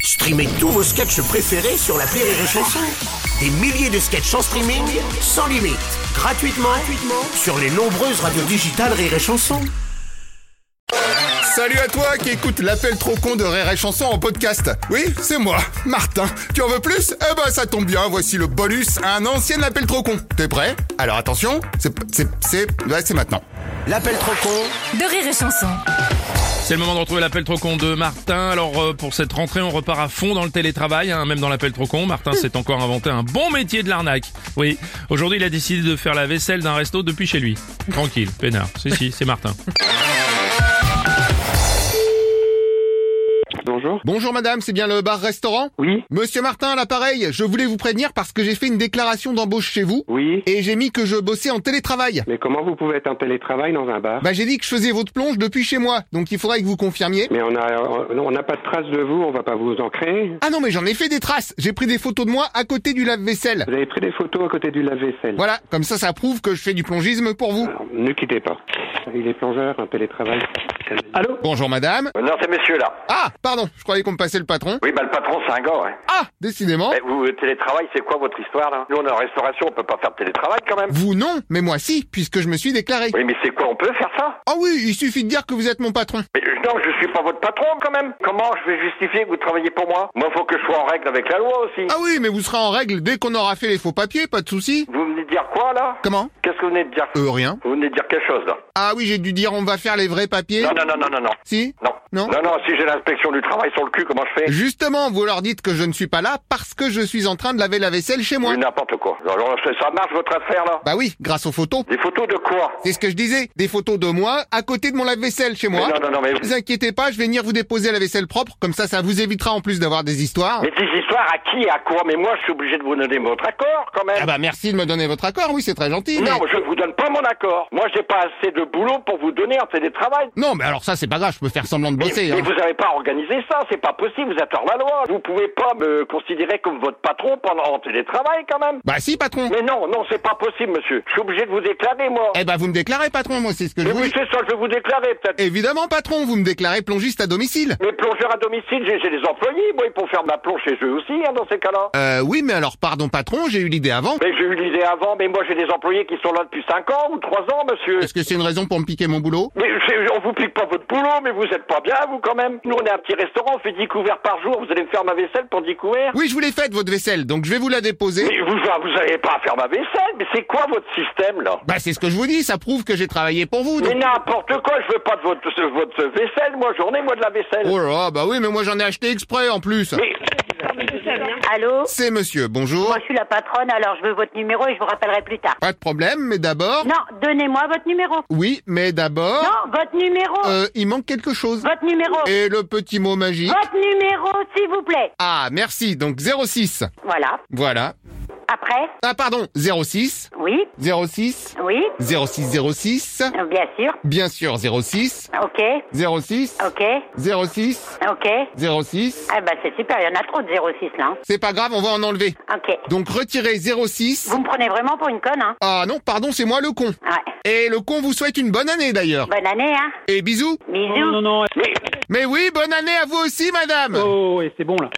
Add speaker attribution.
Speaker 1: Streamez tous vos sketchs préférés sur la Rire et Chanson. Des milliers de sketchs en streaming, sans limite, gratuitement, gratuitement sur les nombreuses radios digitales Rire et Chanson.
Speaker 2: Salut à toi qui écoute l'appel trop con de Rire et Chanson en podcast. Oui, c'est moi, Martin. Tu en veux plus Eh ben ça tombe bien, voici le bonus à un ancien appel trop con. T'es prêt Alors attention, c'est c'est c'est ouais, c'est maintenant.
Speaker 1: L'appel trop con
Speaker 3: de rire et chanson.
Speaker 4: C'est le moment de retrouver l'appel trop con de Martin. Alors euh, pour cette rentrée, on repart à fond dans le télétravail, hein, même dans l'appel trop con. Martin s'est encore inventé un bon métier de l'arnaque. Oui, aujourd'hui il a décidé de faire la vaisselle d'un resto depuis chez lui. Tranquille, peinard. Si si, c'est Martin.
Speaker 5: Bonjour.
Speaker 2: Bonjour madame, c'est bien le bar restaurant
Speaker 5: Oui,
Speaker 2: Monsieur Martin à l'appareil, je voulais vous prévenir parce que j'ai fait une déclaration d'embauche chez vous
Speaker 5: oui.
Speaker 2: et j'ai mis que je bossais en télétravail.
Speaker 5: Mais comment vous pouvez être en télétravail dans un bar
Speaker 2: Bah j'ai dit que je faisais votre plonge depuis chez moi, donc il faudrait que vous confirmiez.
Speaker 5: Mais on a, on n'a pas de trace de vous, on va pas vous en créer.
Speaker 2: Ah non mais j'en ai fait des traces, j'ai pris des photos de moi à côté du lave-vaisselle.
Speaker 5: Vous avez pris des photos à côté du lave-vaisselle.
Speaker 2: Voilà, comme ça ça prouve que je fais du plongisme pour vous.
Speaker 5: Alors, ne quittez pas. Il est plongeur en télétravail.
Speaker 6: Allô
Speaker 2: Bonjour madame.
Speaker 6: Euh, Non, c'est monsieur là.
Speaker 2: Ah, pardon, je croyais qu'on me passait le patron.
Speaker 6: Oui, bah le patron, c'est un gars, ouais.
Speaker 2: Ah, décidément.
Speaker 6: Eh, vous, le télétravail, c'est quoi votre histoire là Nous, on est en restauration, on peut pas faire de télétravail quand même.
Speaker 2: Vous non, mais moi si, puisque je me suis déclaré.
Speaker 6: Oui, mais c'est quoi On peut faire ça
Speaker 2: Ah oui, il suffit de dire que vous êtes mon patron.
Speaker 6: Mais euh, non, je suis pas votre patron quand même. Comment je vais justifier que vous travaillez pour moi Moi, faut que je sois en règle avec la loi aussi.
Speaker 2: Ah oui, mais vous serez en règle dès qu'on aura fait les faux papiers, pas de souci.
Speaker 6: Vous venez de dire quoi là
Speaker 2: Comment
Speaker 6: Qu'est-ce que vous venez de dire
Speaker 2: Euh, rien.
Speaker 6: Vous venez de dire quelque chose là.
Speaker 2: Ah oui, j'ai dû dire on va faire les vrais papiers.
Speaker 6: Non, non, non, non, non, non.
Speaker 2: Si
Speaker 6: Non.
Speaker 2: Non.
Speaker 6: non, non, si j'ai l'inspection du travail sur le cul, comment je fais
Speaker 2: Justement, vous leur dites que je ne suis pas là parce que je suis en train de laver la vaisselle chez moi.
Speaker 6: Oui, n'importe quoi. Alors, ça marche votre affaire là
Speaker 2: Bah oui, grâce aux photos.
Speaker 6: Des photos de quoi
Speaker 2: C'est ce que je disais, des photos de moi à côté de mon lave-vaisselle chez moi.
Speaker 6: Mais non, non, non, mais-
Speaker 2: Vous inquiétez pas, je vais venir vous déposer la vaisselle propre, comme ça, ça vous évitera en plus d'avoir des histoires.
Speaker 6: Mais des histoires à qui, à quoi Mais moi, je suis obligé de vous donner votre accord, quand même.
Speaker 2: Ah bah merci de me donner votre accord, oui, c'est très gentil. mais-
Speaker 6: non, je vous donne pas mon accord. Moi, j'ai pas assez de boulot pour vous donner un télétravail.
Speaker 2: Non, mais alors ça, c'est pas grave, je peux faire semblant de
Speaker 6: Mais,
Speaker 2: bosser.
Speaker 6: mais
Speaker 2: hein.
Speaker 6: vous avez pas organisé ça, c'est pas possible, vous êtes hors la loi. Vous pouvez pas me considérer comme votre patron pendant en télétravail, quand même.
Speaker 2: Bah si, patron.
Speaker 6: Mais non, non, c'est pas possible, monsieur. Je suis obligé de vous déclarer, moi.
Speaker 2: Eh bah vous me déclarez, patron, moi, c'est ce que je
Speaker 6: mais
Speaker 2: voulais.
Speaker 6: oui, c'est ça, je vais vous déclarer, peut-être.
Speaker 2: Évidemment, patron, vous me déclarez plongiste à domicile.
Speaker 6: Mais plongeur à domicile, j'ai j'ai des employés, moi, ils peuvent faire de la plonge chez eux aussi, hein, dans ces cas-là.
Speaker 2: Euh, oui, mais alors, pardon, patron, j'ai eu l'idée avant.
Speaker 6: Mais j'ai eu l'idée avant, mais moi, j'ai des employés qui sont là depuis 5 ans ou 3 ans, monsieur.
Speaker 2: Est-ce que c'est une raison pour me piquer mon boulot
Speaker 6: Mais c'est- on vous pique pas votre boulot, mais vous êtes pas bien, vous, quand même. Nous, on est un petit restaurant, on fait 10 couverts par jour, vous allez me faire ma vaisselle pour 10 couverts
Speaker 2: Oui, je vous l'ai faite, votre vaisselle, donc je vais vous la déposer.
Speaker 6: Mais vous, vous allez pas à faire ma vaisselle, mais c'est quoi votre système, là
Speaker 2: Bah, c'est ce que je vous dis, ça prouve que j'ai travaillé pour vous.
Speaker 6: Mais
Speaker 2: Donc...
Speaker 6: n'importe quoi, je veux pas de votre, de votre vaisselle, moi, journée, moi, de la vaisselle.
Speaker 2: Oh là là, bah oui, mais moi j'en ai acheté exprès en plus.
Speaker 6: Mais
Speaker 7: Allô
Speaker 2: C'est monsieur, bonjour.
Speaker 7: Moi, je suis la patronne, alors je veux votre numéro et je vous rappellerai plus tard.
Speaker 2: Pas de problème, mais d'abord...
Speaker 7: Non, donnez-moi votre numéro.
Speaker 2: Oui, mais d'abord...
Speaker 7: Non, votre numéro.
Speaker 2: Oh. Euh, il manque quelque chose.
Speaker 7: Votre numéro.
Speaker 2: Et le petit mot magique
Speaker 7: Votre numéro, s'il vous plaît.
Speaker 2: Ah, merci, donc 06.
Speaker 7: Voilà.
Speaker 2: Voilà.
Speaker 7: Après
Speaker 2: Ah, pardon, 06,
Speaker 7: Oui
Speaker 2: 06,
Speaker 7: Oui
Speaker 2: 06, 06,
Speaker 7: euh, Bien sûr.
Speaker 2: bien sûr 06,
Speaker 7: Ok.
Speaker 2: 06,
Speaker 7: Ok.
Speaker 2: 06,
Speaker 7: Ok.
Speaker 2: 06.
Speaker 7: Ah bah c'est super, il y en a trop de 06 là. hein.
Speaker 2: C'est pas grave, on va en enlever.
Speaker 7: Ok.
Speaker 2: Donc retirez 06.
Speaker 7: Vous me prenez vraiment pour une conne, hein
Speaker 2: Ah non, pardon, c'est moi le con.
Speaker 7: Ouais.
Speaker 2: Et le con vous souhaite une bonne année d'ailleurs.
Speaker 7: Bonne année, hein
Speaker 2: Et bisous.
Speaker 7: Bisous.
Speaker 6: non, non, non, mais
Speaker 2: Mais oui, bonne année à vous aussi, madame.
Speaker 6: Oh.
Speaker 5: et c'est bon là.